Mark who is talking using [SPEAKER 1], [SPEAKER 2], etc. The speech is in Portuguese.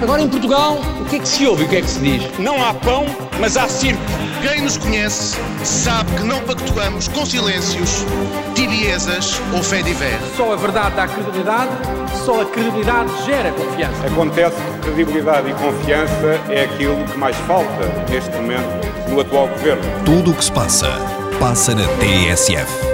[SPEAKER 1] Agora em Portugal, o que é que se ouve e o que é que se diz?
[SPEAKER 2] Não há pão, mas há circo.
[SPEAKER 3] Quem nos conhece sabe que não pactuamos com silêncios, tibiezas ou fé diver.
[SPEAKER 4] Só a verdade dá credibilidade, só a credibilidade gera confiança.
[SPEAKER 5] Acontece que credibilidade e confiança é aquilo que mais falta neste momento no atual governo.
[SPEAKER 6] Tudo o que se passa, passa na TSF.